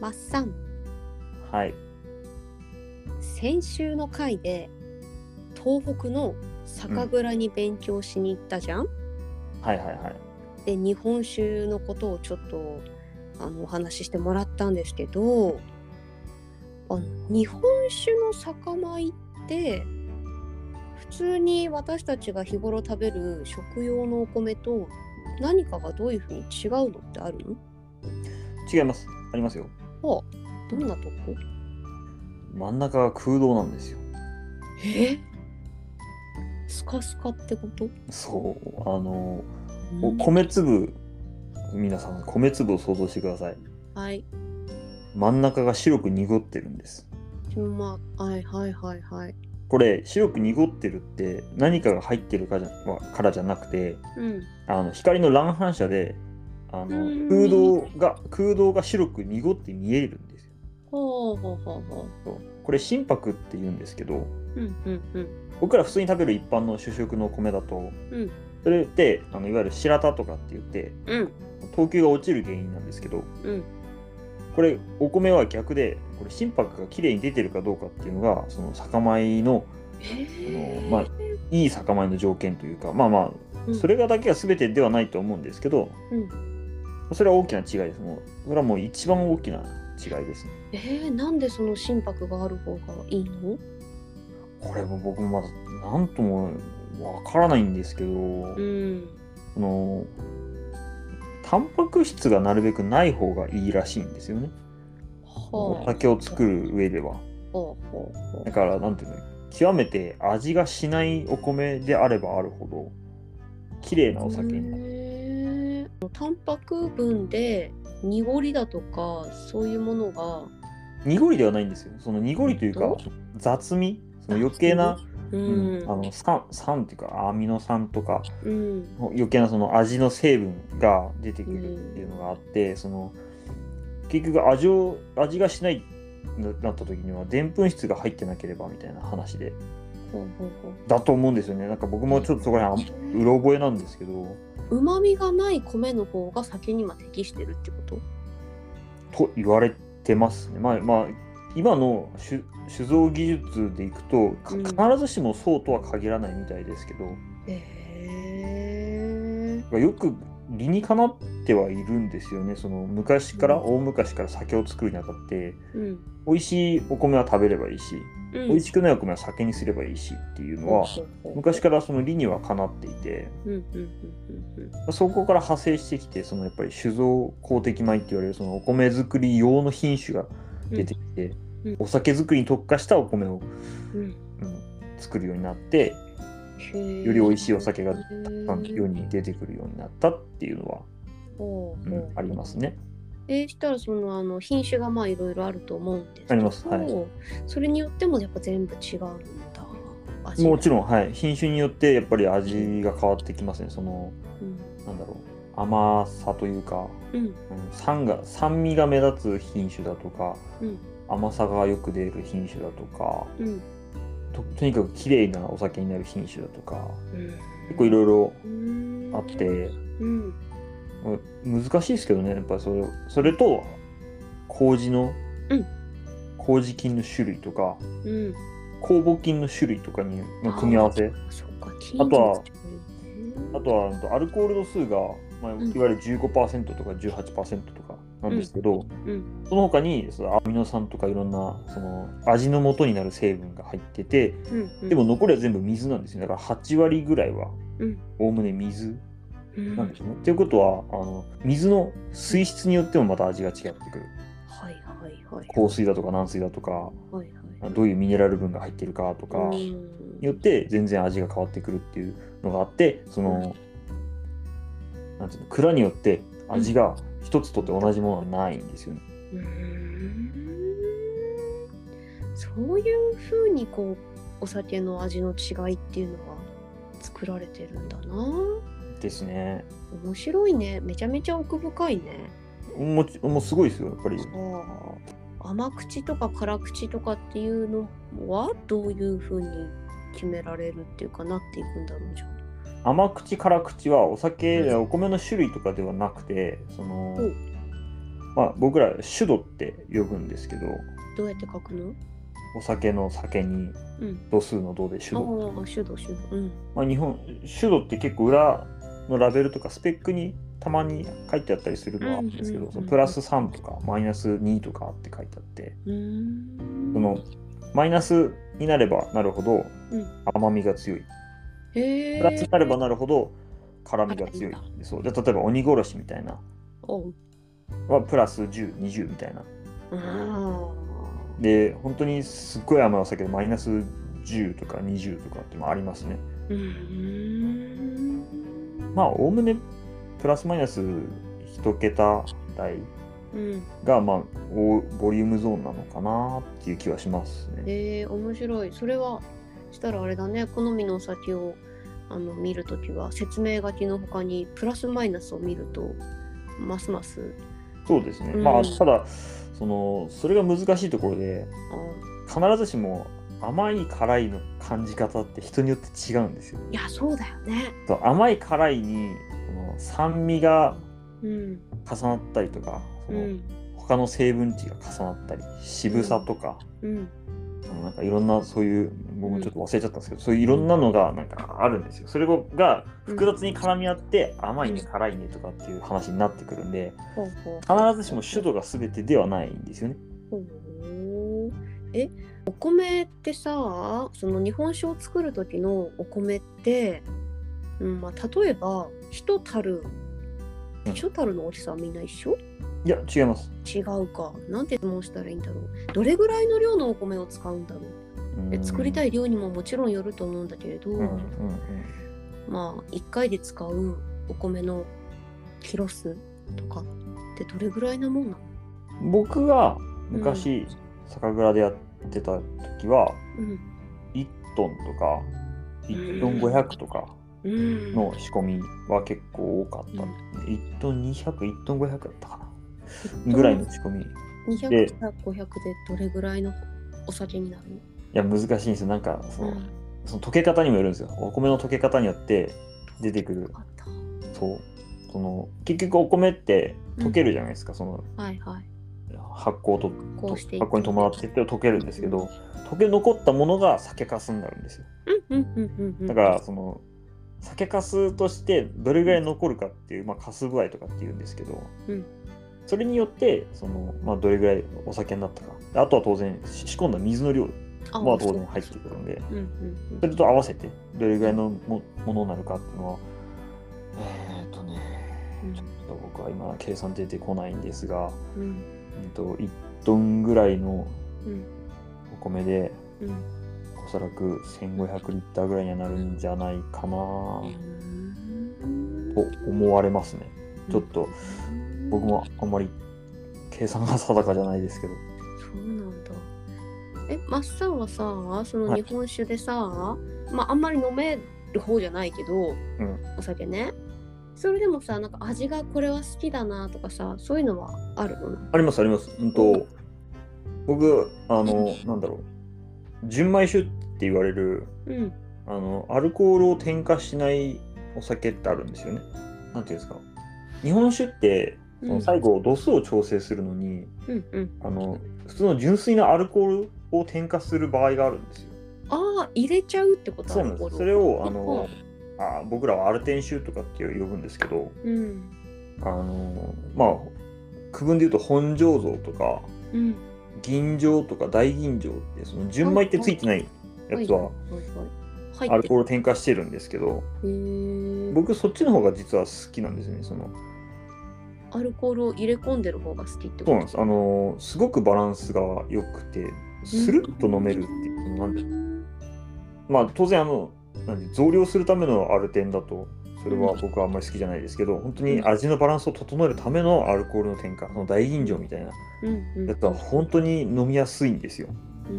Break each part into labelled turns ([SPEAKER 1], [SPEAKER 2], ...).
[SPEAKER 1] マッサン
[SPEAKER 2] はい。
[SPEAKER 1] 先週の回で東北の酒蔵に勉強しに行ったじゃん、
[SPEAKER 2] はいはいはい。
[SPEAKER 1] で日本酒のことをちょっとあのお話ししてもらったんですけどあの日本酒の酒米って普通に私たちが日頃食べる食用のお米と何かがどういうふうに違うのってあるの
[SPEAKER 2] 違います。ありますよ。
[SPEAKER 1] あどんなとこ
[SPEAKER 2] 真ん中が空洞なんですよ。
[SPEAKER 1] えスカスカってこと
[SPEAKER 2] そう。あの、
[SPEAKER 1] う
[SPEAKER 2] お
[SPEAKER 1] ん
[SPEAKER 2] 米粒、皆さん、米粒を想像してください。
[SPEAKER 1] はい
[SPEAKER 2] 真ん中が白く濁ってるんです。
[SPEAKER 1] まあはいはいはいはい
[SPEAKER 2] これ、白く濁ってるって何かが入ってるかじゃはからじゃなくて、
[SPEAKER 1] うん
[SPEAKER 2] あの光の乱反射で、あ
[SPEAKER 1] う
[SPEAKER 2] の
[SPEAKER 1] ん
[SPEAKER 2] 空洞が空洞が白く濁って見えるんですよ。
[SPEAKER 1] ほうほうほうほ
[SPEAKER 2] そうこれ、心拍って言うんですけど、
[SPEAKER 1] ううんうんうん
[SPEAKER 2] 僕ら普通に食べる一般の主食の米だと、
[SPEAKER 1] うん
[SPEAKER 2] それってあのいわゆる白田とかって言って
[SPEAKER 1] うん
[SPEAKER 2] 等級が落ちる原因なんですけど
[SPEAKER 1] うん
[SPEAKER 2] これお米は逆でこれ心拍がきれいに出てるかどうかっていうのがその酒米の
[SPEAKER 1] へ
[SPEAKER 2] あのまあいい酒米の条件というかまあま
[SPEAKER 1] う
[SPEAKER 2] あ
[SPEAKER 1] ん
[SPEAKER 2] それがだけが全てではないと思うんですけど、
[SPEAKER 1] う
[SPEAKER 2] それは大きな違いですもうそれはもう一番大きな違いですね
[SPEAKER 1] えー、なんでその心拍がある方がいいの
[SPEAKER 2] これも僕もまだ何ともわからないんですけど、
[SPEAKER 1] ん
[SPEAKER 2] そのタンパク質がなるべくない方がいいらしいんですよね、
[SPEAKER 1] は
[SPEAKER 2] お
[SPEAKER 1] あ
[SPEAKER 2] 酒を作る上では
[SPEAKER 1] ほうほうほ
[SPEAKER 2] だからなんていうの極めて味がしないお米であればあるほど綺麗なお
[SPEAKER 1] う
[SPEAKER 2] 酒になる、
[SPEAKER 1] へータンパク分で濁りだとかそういうものが
[SPEAKER 2] 濁りではないんですよその濁りというか
[SPEAKER 1] ど
[SPEAKER 2] 雑味その余計な、
[SPEAKER 1] う
[SPEAKER 2] うん
[SPEAKER 1] ん
[SPEAKER 2] あの酸酸っていうかアミノ酸とか
[SPEAKER 1] うん
[SPEAKER 2] 余計なその味の成分が出てくるっていうのがあって、その結局味を味がしないななった時にはでんぷん質が入ってなければみたいな話で
[SPEAKER 1] ほうほうほう
[SPEAKER 2] だと思うんですよねなんか僕もちょっとそこら辺あんうろ覚えなんですけど
[SPEAKER 1] うまみがない米の方が酒に今適してるってこと
[SPEAKER 2] と言われてますねまあまあ今の酒酒造技術でいくとか
[SPEAKER 1] うん
[SPEAKER 2] 必ずしもそうとは限らないみたいですけど、
[SPEAKER 1] へえ
[SPEAKER 2] がよく理にかなってはいるんですよねその昔から、
[SPEAKER 1] うん
[SPEAKER 2] 大昔から酒を作るにあたって
[SPEAKER 1] うん
[SPEAKER 2] 美味しいお米は食べればいいし、
[SPEAKER 1] うん
[SPEAKER 2] 美味しくないお米は酒にすればいいしっていうのは、昔からその理にはかなっていて
[SPEAKER 1] うんうんうんうん
[SPEAKER 2] そこから派生してきてそのやっぱり酒造公的米って言われるそのお米作り用の品種が出てきて、
[SPEAKER 1] うんうん
[SPEAKER 2] お酒作りに特化したお米を、
[SPEAKER 1] うん
[SPEAKER 2] うん、作るようになって
[SPEAKER 1] うん
[SPEAKER 2] より美味しいお酒がたくさん世
[SPEAKER 1] に
[SPEAKER 2] に出てくるようになったっていうのは、うんありますね。
[SPEAKER 1] えーしたらそのあの品種がまあいろいろあると思うんですけど
[SPEAKER 2] ありますはい
[SPEAKER 1] それによってもやっぱ全部違うんだ味が
[SPEAKER 2] もちろん、はい、品種によってやっぱり味が変わってきますねその
[SPEAKER 1] うん
[SPEAKER 2] なんだろう甘さというか
[SPEAKER 1] うん
[SPEAKER 2] うん酸が酸味が目立つ品種だとか、
[SPEAKER 1] うん
[SPEAKER 2] 甘さがよく出る品種だとか
[SPEAKER 1] うん
[SPEAKER 2] ととにかく綺麗なお酒になる品種だとか
[SPEAKER 1] うん
[SPEAKER 2] 結構いろいろ
[SPEAKER 1] うん
[SPEAKER 2] あって、
[SPEAKER 1] うん
[SPEAKER 2] うん難しいですけどねやっぱそれそれと麹の、
[SPEAKER 1] うん
[SPEAKER 2] 麹菌の種類とか
[SPEAKER 1] うん
[SPEAKER 2] 酵母菌の種類とかにの組み合わせ
[SPEAKER 1] あそっか
[SPEAKER 2] あとは
[SPEAKER 1] 金
[SPEAKER 2] あとはうんとアルコール度数が、まあ、い
[SPEAKER 1] ん
[SPEAKER 2] わゆる15%とか18%とかなんですけど、
[SPEAKER 1] うんう
[SPEAKER 2] その他にそのアミノ酸とかいろんなその味の元になる成分が入ってて
[SPEAKER 1] うん
[SPEAKER 2] でも残りは全部水なんですよだから8割ぐらいは
[SPEAKER 1] うん
[SPEAKER 2] おおむね水
[SPEAKER 1] うん
[SPEAKER 2] なんですね。ということはあの水の水質によってもまた味が違ってくる
[SPEAKER 1] はいはいはい
[SPEAKER 2] 硬水だとか軟水だとか
[SPEAKER 1] はいはい
[SPEAKER 2] どういうミネラル分が入ってるかとか。
[SPEAKER 1] うん
[SPEAKER 2] によって全然味が変わってくるっていうのがあってその、なんていうの蔵によって味が一つとって同じものはないんですよね。
[SPEAKER 1] うーんそういうふうにこうお酒の味の違いっていうのは作られてるんだな
[SPEAKER 2] ですね。
[SPEAKER 1] 面白いねめちゃめちゃ奥深いね
[SPEAKER 2] もちもうすごいですよやっぱり。
[SPEAKER 1] あ甘口とか辛口とかっていうのはどういうふうに決められるっていうかなっていくんだろうじゃん
[SPEAKER 2] 甘口辛口はお酒
[SPEAKER 1] うん
[SPEAKER 2] お米の種類とかではなくてその、
[SPEAKER 1] うん
[SPEAKER 2] まあ、僕ら酒度って呼ぶんですけど
[SPEAKER 1] どうやって書くの
[SPEAKER 2] お酒の酒に
[SPEAKER 1] うん。
[SPEAKER 2] 度数の度で酒
[SPEAKER 1] あ
[SPEAKER 2] 度
[SPEAKER 1] あ、手動手動。うん。
[SPEAKER 2] まあ、日本酒度って結構裏のラベルとかスペックにたまに書いてあったりするのはあるんですけ
[SPEAKER 1] うんうんうんう
[SPEAKER 2] ど
[SPEAKER 1] ん
[SPEAKER 2] そのプラス3とかマイナス2とかって書いてあって
[SPEAKER 1] うーん。
[SPEAKER 2] そのマイナスになればなるほど
[SPEAKER 1] うん
[SPEAKER 2] 甘みが強い
[SPEAKER 1] へえ。
[SPEAKER 2] プラスになればなるほど辛みが強い
[SPEAKER 1] あい
[SPEAKER 2] そうで例えば鬼殺しみたいな
[SPEAKER 1] おう。
[SPEAKER 2] はプラス1020みたいな
[SPEAKER 1] ああ。
[SPEAKER 2] で本当にすっごい甘いお酒でマイナス10とか20とかってもありますね
[SPEAKER 1] うーん。
[SPEAKER 2] まあおおむねプラスマイナス1桁台
[SPEAKER 1] うん。
[SPEAKER 2] が、まあ、おボリュームゾーンなのかなっていう気はしますね。
[SPEAKER 1] へえ面白いそれはしたらあれだね好みのお酒をあの見るときは説明書きの他にプラスマイナスを見るとますます
[SPEAKER 2] そうですね、
[SPEAKER 1] うん
[SPEAKER 2] まあただそのそれが難しいところで
[SPEAKER 1] あ
[SPEAKER 2] 必ずしも甘い辛いの感じ方って人によって違うんですよ。
[SPEAKER 1] いやそうだよね
[SPEAKER 2] そう甘い辛いにその酸味が
[SPEAKER 1] うん
[SPEAKER 2] 重なったりとかそうの、
[SPEAKER 1] ん
[SPEAKER 2] 他の成分値が重なったり渋さとか、
[SPEAKER 1] うん
[SPEAKER 2] あのなんかいろんなそういう僕もちょっと忘れちゃったんですけど、そういういろんなのがなんかあるんですよ。それが複雑に絡み合って、甘いね
[SPEAKER 1] うん
[SPEAKER 2] 辛いねとかっていう話になってくるんで
[SPEAKER 1] ほうほう
[SPEAKER 2] 必ずしも主度が全てではないんですよね。
[SPEAKER 1] ほうえお米ってさその日本酒を作る時のお米って、うんまあ、例えば一樽
[SPEAKER 2] うん
[SPEAKER 1] 一樽の大きさはみんな一緒
[SPEAKER 2] いや違います。
[SPEAKER 1] 違うか。なんて問したらいいんだろう。どれぐらいの量のお米を使うんだろう。で作りた
[SPEAKER 2] い。
[SPEAKER 1] い量にももちろんよると思うんだけれど、
[SPEAKER 2] うんうんうん、
[SPEAKER 1] まあ1回で使うお米のキロ数とかってどれぐらいなもんなの
[SPEAKER 2] 僕が昔、酒蔵でやってた時は
[SPEAKER 1] うん。
[SPEAKER 2] 1トンとか1トン500とか
[SPEAKER 1] うん。
[SPEAKER 2] の仕込みは結構多かった、ね1トン2001トン500だったかなぐらいの仕込みいで
[SPEAKER 1] 200から500でどれぐらいのお酒になるの
[SPEAKER 2] や難しいんですよなんかその,、
[SPEAKER 1] うん
[SPEAKER 2] その溶け方にもよるんですよお米の溶け方によって出てくる
[SPEAKER 1] あった。
[SPEAKER 2] そうその結局お米って溶けるじゃないですか、その
[SPEAKER 1] はいはい。
[SPEAKER 2] 発酵と
[SPEAKER 1] こうしてい
[SPEAKER 2] 発酵に伴ってって溶けるんですけど、溶け残ったものが酒粕になるんですよ
[SPEAKER 1] うんうんうんうんうん。
[SPEAKER 2] だからその酒粕としてどれぐらい残るかっていう、まあ、かす具合とかっていうんですけど、
[SPEAKER 1] うん
[SPEAKER 2] それによってその、まあ、どれぐらいお酒になったかであとは当然し仕込んだ水の量は
[SPEAKER 1] あ、
[SPEAKER 2] 当然入ってくるんで
[SPEAKER 1] うんうんうん
[SPEAKER 2] それと合わせてどれぐらいのもものになるかっていうのはえーっとね
[SPEAKER 1] うん
[SPEAKER 2] ちょっと僕は今計算出てこないんですが、
[SPEAKER 1] うん
[SPEAKER 2] えっと、1トンぐらいの
[SPEAKER 1] うん
[SPEAKER 2] お米で
[SPEAKER 1] うん。
[SPEAKER 2] おそらく1500リッターぐらいにはなるんじゃないかなと思われますね。ちょっと僕もあんまり計算が定かじゃないですけど。
[SPEAKER 1] そうなんだ。え、マッサンはさ、その
[SPEAKER 2] はい
[SPEAKER 1] 日本酒でさ、まああんまり飲める方じゃないけど、
[SPEAKER 2] うん
[SPEAKER 1] お酒ね。それでもさ、なんか味がこれは好きだなとかさ、そういうのはあるの？
[SPEAKER 2] ありますあります。うんと、僕、あの、なんだろう、純米酒って言われる、
[SPEAKER 1] うん。
[SPEAKER 2] あの、アルコールを添加しないお酒ってあるんですよね。なんていうんですか。日本酒って、そ
[SPEAKER 1] うん
[SPEAKER 2] の最後、度数を調整するのに、
[SPEAKER 1] うんうん。
[SPEAKER 2] あの、普通の純粋なアルコールを添加する場合があるんですよ。
[SPEAKER 1] ああ、入れちゃうってこと
[SPEAKER 2] そうなんです。それ
[SPEAKER 1] を。
[SPEAKER 2] を、あの、あ僕らはアルテン酒とかって呼ぶんですけど、
[SPEAKER 1] うん
[SPEAKER 2] あのまあ区分で言うと本醸造とか
[SPEAKER 1] うん。
[SPEAKER 2] 銀醸とか大銀醸ってその純米ってついてないやつは
[SPEAKER 1] はい。
[SPEAKER 2] ア
[SPEAKER 1] はい
[SPEAKER 2] ルコール添加してるんですけど
[SPEAKER 1] へー
[SPEAKER 2] 僕そっちの方が実は好きなんですねその
[SPEAKER 1] アルコールを入れ込んでる方が好きってこと。
[SPEAKER 2] そうなんですあのすごくバランスが良くてスルッと飲めるっていうなんでまあ当然あのなんで増量するためのアルテンだとそれは僕はあんまり好きじゃないですけど本当に味のバランスを整えるためのアルコールの添加その大吟醸みたいな
[SPEAKER 1] うんうん。
[SPEAKER 2] やつは本当に飲みやすいんですよ
[SPEAKER 1] うー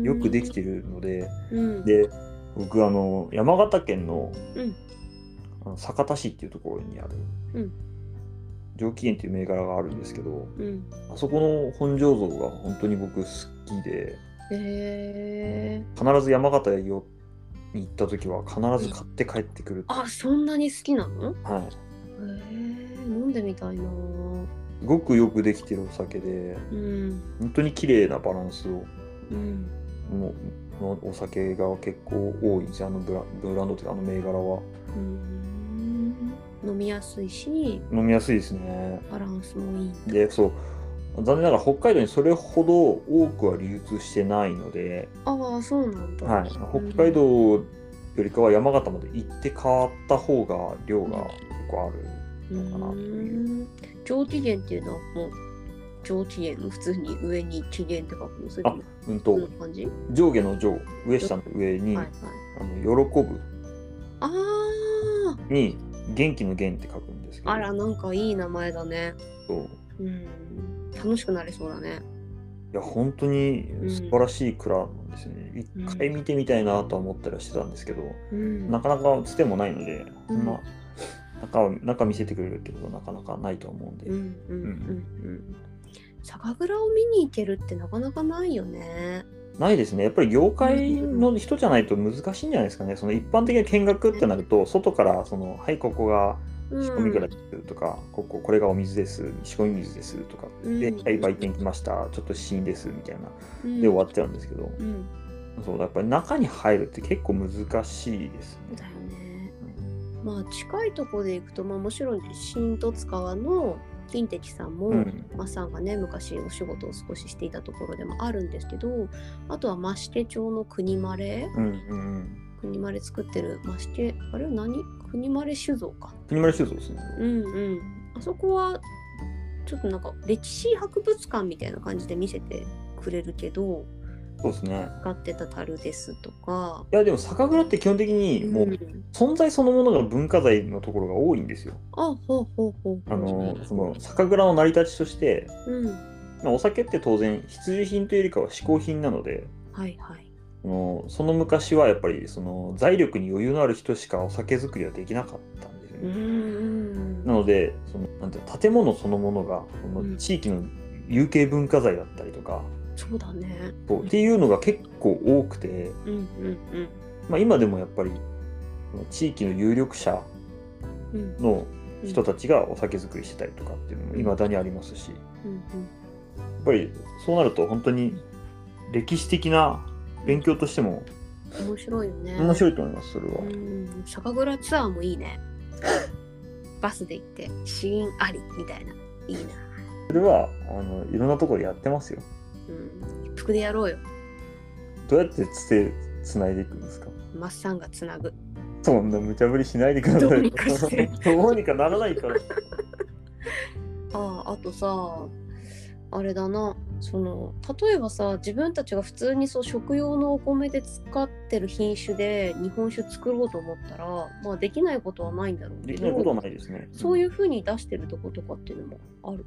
[SPEAKER 1] ん
[SPEAKER 2] よくできてるので、
[SPEAKER 1] うん、
[SPEAKER 2] で僕あの山形県の,、
[SPEAKER 1] うん
[SPEAKER 2] あの酒田市っていうところにある、
[SPEAKER 1] うん
[SPEAKER 2] 上機嫌っていう銘柄があるんですけど
[SPEAKER 1] うん、
[SPEAKER 2] あそこの本醸造が本当に僕好きで
[SPEAKER 1] えー、
[SPEAKER 2] 必ず山形へよに行った時は必ず買って帰ってくる、
[SPEAKER 1] あそんなに好きなの
[SPEAKER 2] はい、
[SPEAKER 1] えー、飲んでみたいな
[SPEAKER 2] すごくよくできてるお酒で
[SPEAKER 1] うん
[SPEAKER 2] 本当に綺麗なバランスを
[SPEAKER 1] うん
[SPEAKER 2] ののお酒が結構多いんですよあのブラブランドというかあの銘柄は
[SPEAKER 1] うん飲みやすいし
[SPEAKER 2] 飲みやすいですね
[SPEAKER 1] バランスもいい
[SPEAKER 2] でそう残念ながら北海道にそれほど多くは流通してないので、
[SPEAKER 1] ああそうなんだ、
[SPEAKER 2] はい、北海道よりかは山形まで行って変わった方が量が結構あるのかなっていう
[SPEAKER 1] うん上機嫌っていうのはもう上機嫌普通に上に機嫌って書くのそ
[SPEAKER 2] あうんと、
[SPEAKER 1] ういう感じは
[SPEAKER 2] 上下の上上下の上
[SPEAKER 1] い
[SPEAKER 2] に、
[SPEAKER 1] はい
[SPEAKER 2] あの喜ぶ
[SPEAKER 1] あー
[SPEAKER 2] に元気の元って書くんですけど
[SPEAKER 1] あらなんかいい名前だね
[SPEAKER 2] そう
[SPEAKER 1] うん楽しくなりそうだね
[SPEAKER 2] いや本当に素晴らしい蔵なんですよね、一
[SPEAKER 1] うん
[SPEAKER 2] 回見てみたいなとは思ったりはしてたんですけど、
[SPEAKER 1] うん
[SPEAKER 2] なかなかつてもないので、
[SPEAKER 1] うん
[SPEAKER 2] そんな中中見せてくれるってことはなかなかないと思うんで、
[SPEAKER 1] うんうんうんうん酒蔵を見に行けるってなかなかないよね
[SPEAKER 2] ないですねやっぱり業界の人じゃないと難しいんじゃないですかねその一般的な見学ってなると外からその「はいここが
[SPEAKER 1] うん
[SPEAKER 2] 仕込み蔵です」とか、こここれがお水です」「仕込み水です」とか「で、
[SPEAKER 1] うん
[SPEAKER 2] はい売店来ましたちょっと試飲です」みたいな
[SPEAKER 1] うん
[SPEAKER 2] で終わっちゃうんですけど、
[SPEAKER 1] うん
[SPEAKER 2] そうやっぱり中に入るって結構難しいですね
[SPEAKER 1] だ。よねまあ近いところで行くと、まあ、もちろん新十津川の金敵さんも、
[SPEAKER 2] うん
[SPEAKER 1] まあ、さんがね昔お仕事を少ししていたところでもあるんですけどあとは増毛町の国まれ
[SPEAKER 2] うんうんうん、
[SPEAKER 1] 国まれ作ってる増毛あれは何国まれ酒造か
[SPEAKER 2] 国丸酒造ですね。
[SPEAKER 1] うんうんあそこはちょっとなんか歴史博物館みたいな感じで見せてくれるけど
[SPEAKER 2] そうですね。
[SPEAKER 1] 使ってた樽ですとか、、
[SPEAKER 2] いやでも酒蔵って基本的にもうん存在そのものが文化財のところが多いんですよ。
[SPEAKER 1] あほうほうほう
[SPEAKER 2] あのその酒蔵の成り立ちとして、
[SPEAKER 1] うん
[SPEAKER 2] まあ、お酒って当然必需品というよりかは嗜好品なので。
[SPEAKER 1] はいはい
[SPEAKER 2] そのその昔はやっぱりその財力に余裕のある人しかお酒作りはできなかったんですよ
[SPEAKER 1] うん
[SPEAKER 2] ね。
[SPEAKER 1] うん
[SPEAKER 2] なのでそのなんていうの建物そのものがそうの
[SPEAKER 1] ん
[SPEAKER 2] 地域の有形文化財だったりとか、
[SPEAKER 1] そうだね
[SPEAKER 2] そうっていうのが結構多くて、
[SPEAKER 1] うんうん
[SPEAKER 2] まあ、今でもやっぱり地域の有力者
[SPEAKER 1] うんうん
[SPEAKER 2] の人たちがお酒作りしてたりとかっていうのもいまだにありますしや
[SPEAKER 1] うん
[SPEAKER 2] っぱりそうなると本当に歴史的な勉強としても
[SPEAKER 1] うん面白いよね
[SPEAKER 2] 面白いと思いますそれは。
[SPEAKER 1] うん酒蔵ツアーもいいね バスで行って試飲ありみたいないいな、
[SPEAKER 2] それはあのいろんなところでやってますよ。
[SPEAKER 1] うん、一服でやろうよ
[SPEAKER 2] どうやってつてつないでいくんですか
[SPEAKER 1] マッサンがつなぐ
[SPEAKER 2] そんな無茶ぶりしないでください。
[SPEAKER 1] どうにかして
[SPEAKER 2] どうにかならないから。
[SPEAKER 1] あああとさあれだなその例えばさ自分たちが普通にそう食用のお米で使ってる品種で日本酒作ろうと思ったら、まあ、できないことはないんだろうけ
[SPEAKER 2] でき
[SPEAKER 1] ど
[SPEAKER 2] ないことはないですね。
[SPEAKER 1] そう
[SPEAKER 2] う
[SPEAKER 1] い
[SPEAKER 2] ん
[SPEAKER 1] うふうに出してるとことかっていうのもある。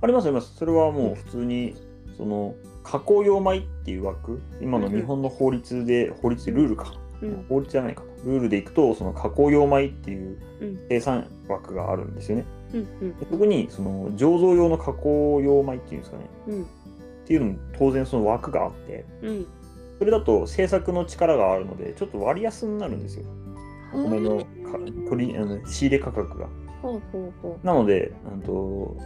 [SPEAKER 2] ありますあります。それはもう普通にその加工用米っていう枠、今の日本の法律で法律ルールか、
[SPEAKER 1] うん
[SPEAKER 2] 法律じゃないかなルールでいくとその加工用米っていう
[SPEAKER 1] うん
[SPEAKER 2] 生産枠があるんですよね。
[SPEAKER 1] うん
[SPEAKER 2] でそこにその醸造用の加工用米っていうんですかね。
[SPEAKER 1] うん
[SPEAKER 2] っていうのも当然その枠があって。
[SPEAKER 1] うん
[SPEAKER 2] それだと制作の力があるのでちょっと割安になるんですよお
[SPEAKER 1] うん。
[SPEAKER 2] 米のか
[SPEAKER 1] うん
[SPEAKER 2] 取りあの仕入れ価格が
[SPEAKER 1] ほうほうほ
[SPEAKER 2] なので、うんと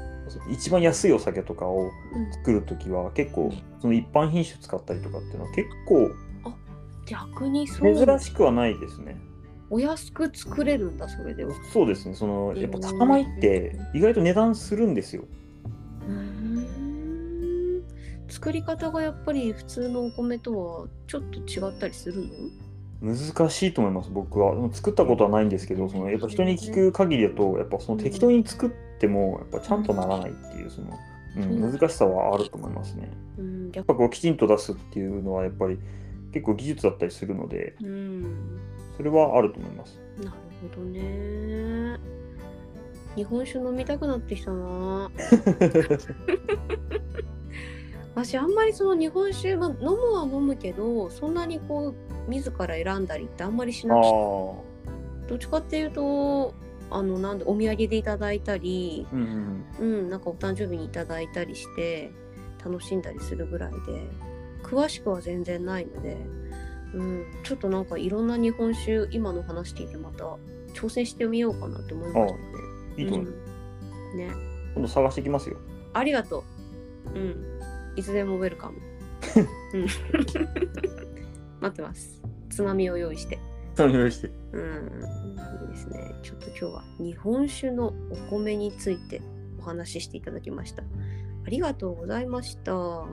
[SPEAKER 2] 一番安いお酒とかを
[SPEAKER 1] うん
[SPEAKER 2] 作るときは結構その一般品種使ったりとかっていうのは結構
[SPEAKER 1] う逆にそう
[SPEAKER 2] 珍しくはないですね。
[SPEAKER 1] お安く作れるんだそれでは。
[SPEAKER 2] そうですね。そのやっぱ高米って意外と値段するんですよ。
[SPEAKER 1] うーん作り方がやっぱり普通のお米とはちょっと違ったりするの
[SPEAKER 2] 難しいと思います。僕はでも作ったことはないんですけど、そのやっぱ人に聞く限りだとやっぱその適当に作ってもやっぱちゃんとならないっていうその、うん難しさはあると思いますね。
[SPEAKER 1] うん
[SPEAKER 2] やっぱ
[SPEAKER 1] 逆
[SPEAKER 2] こうきちんと出すっていうのはやっぱり結構技術だったりするので、
[SPEAKER 1] うん
[SPEAKER 2] それはあると思います。
[SPEAKER 1] なるほどね日本酒飲みたくなってきたな私あんまりその日本酒、まあ、飲むは飲むけどそんなにこう自ら選んだりってあんまりし
[SPEAKER 2] あ
[SPEAKER 1] なくて
[SPEAKER 2] あ。
[SPEAKER 1] どっちかっていうとあのなんでお土産でいただいたり
[SPEAKER 2] うんうん
[SPEAKER 1] うん、なんかお誕生日にいただいたりして楽しんだりするぐらいで詳しくは全然ないので、うん、ちょっとなんかいろんな日本酒今の話聞いてまた挑戦してみようかなって思いましたね。
[SPEAKER 2] いいと思いま
[SPEAKER 1] うんね
[SPEAKER 2] す。度探してきますよ。
[SPEAKER 1] ありがとう。うん。いつでもウェル カム。うん、待ってます。つまみを用意して。
[SPEAKER 2] お願いして。
[SPEAKER 1] うん。いいですね。ちょっと今日は日本酒のお米についてお話ししていただきました。ありがとうございました。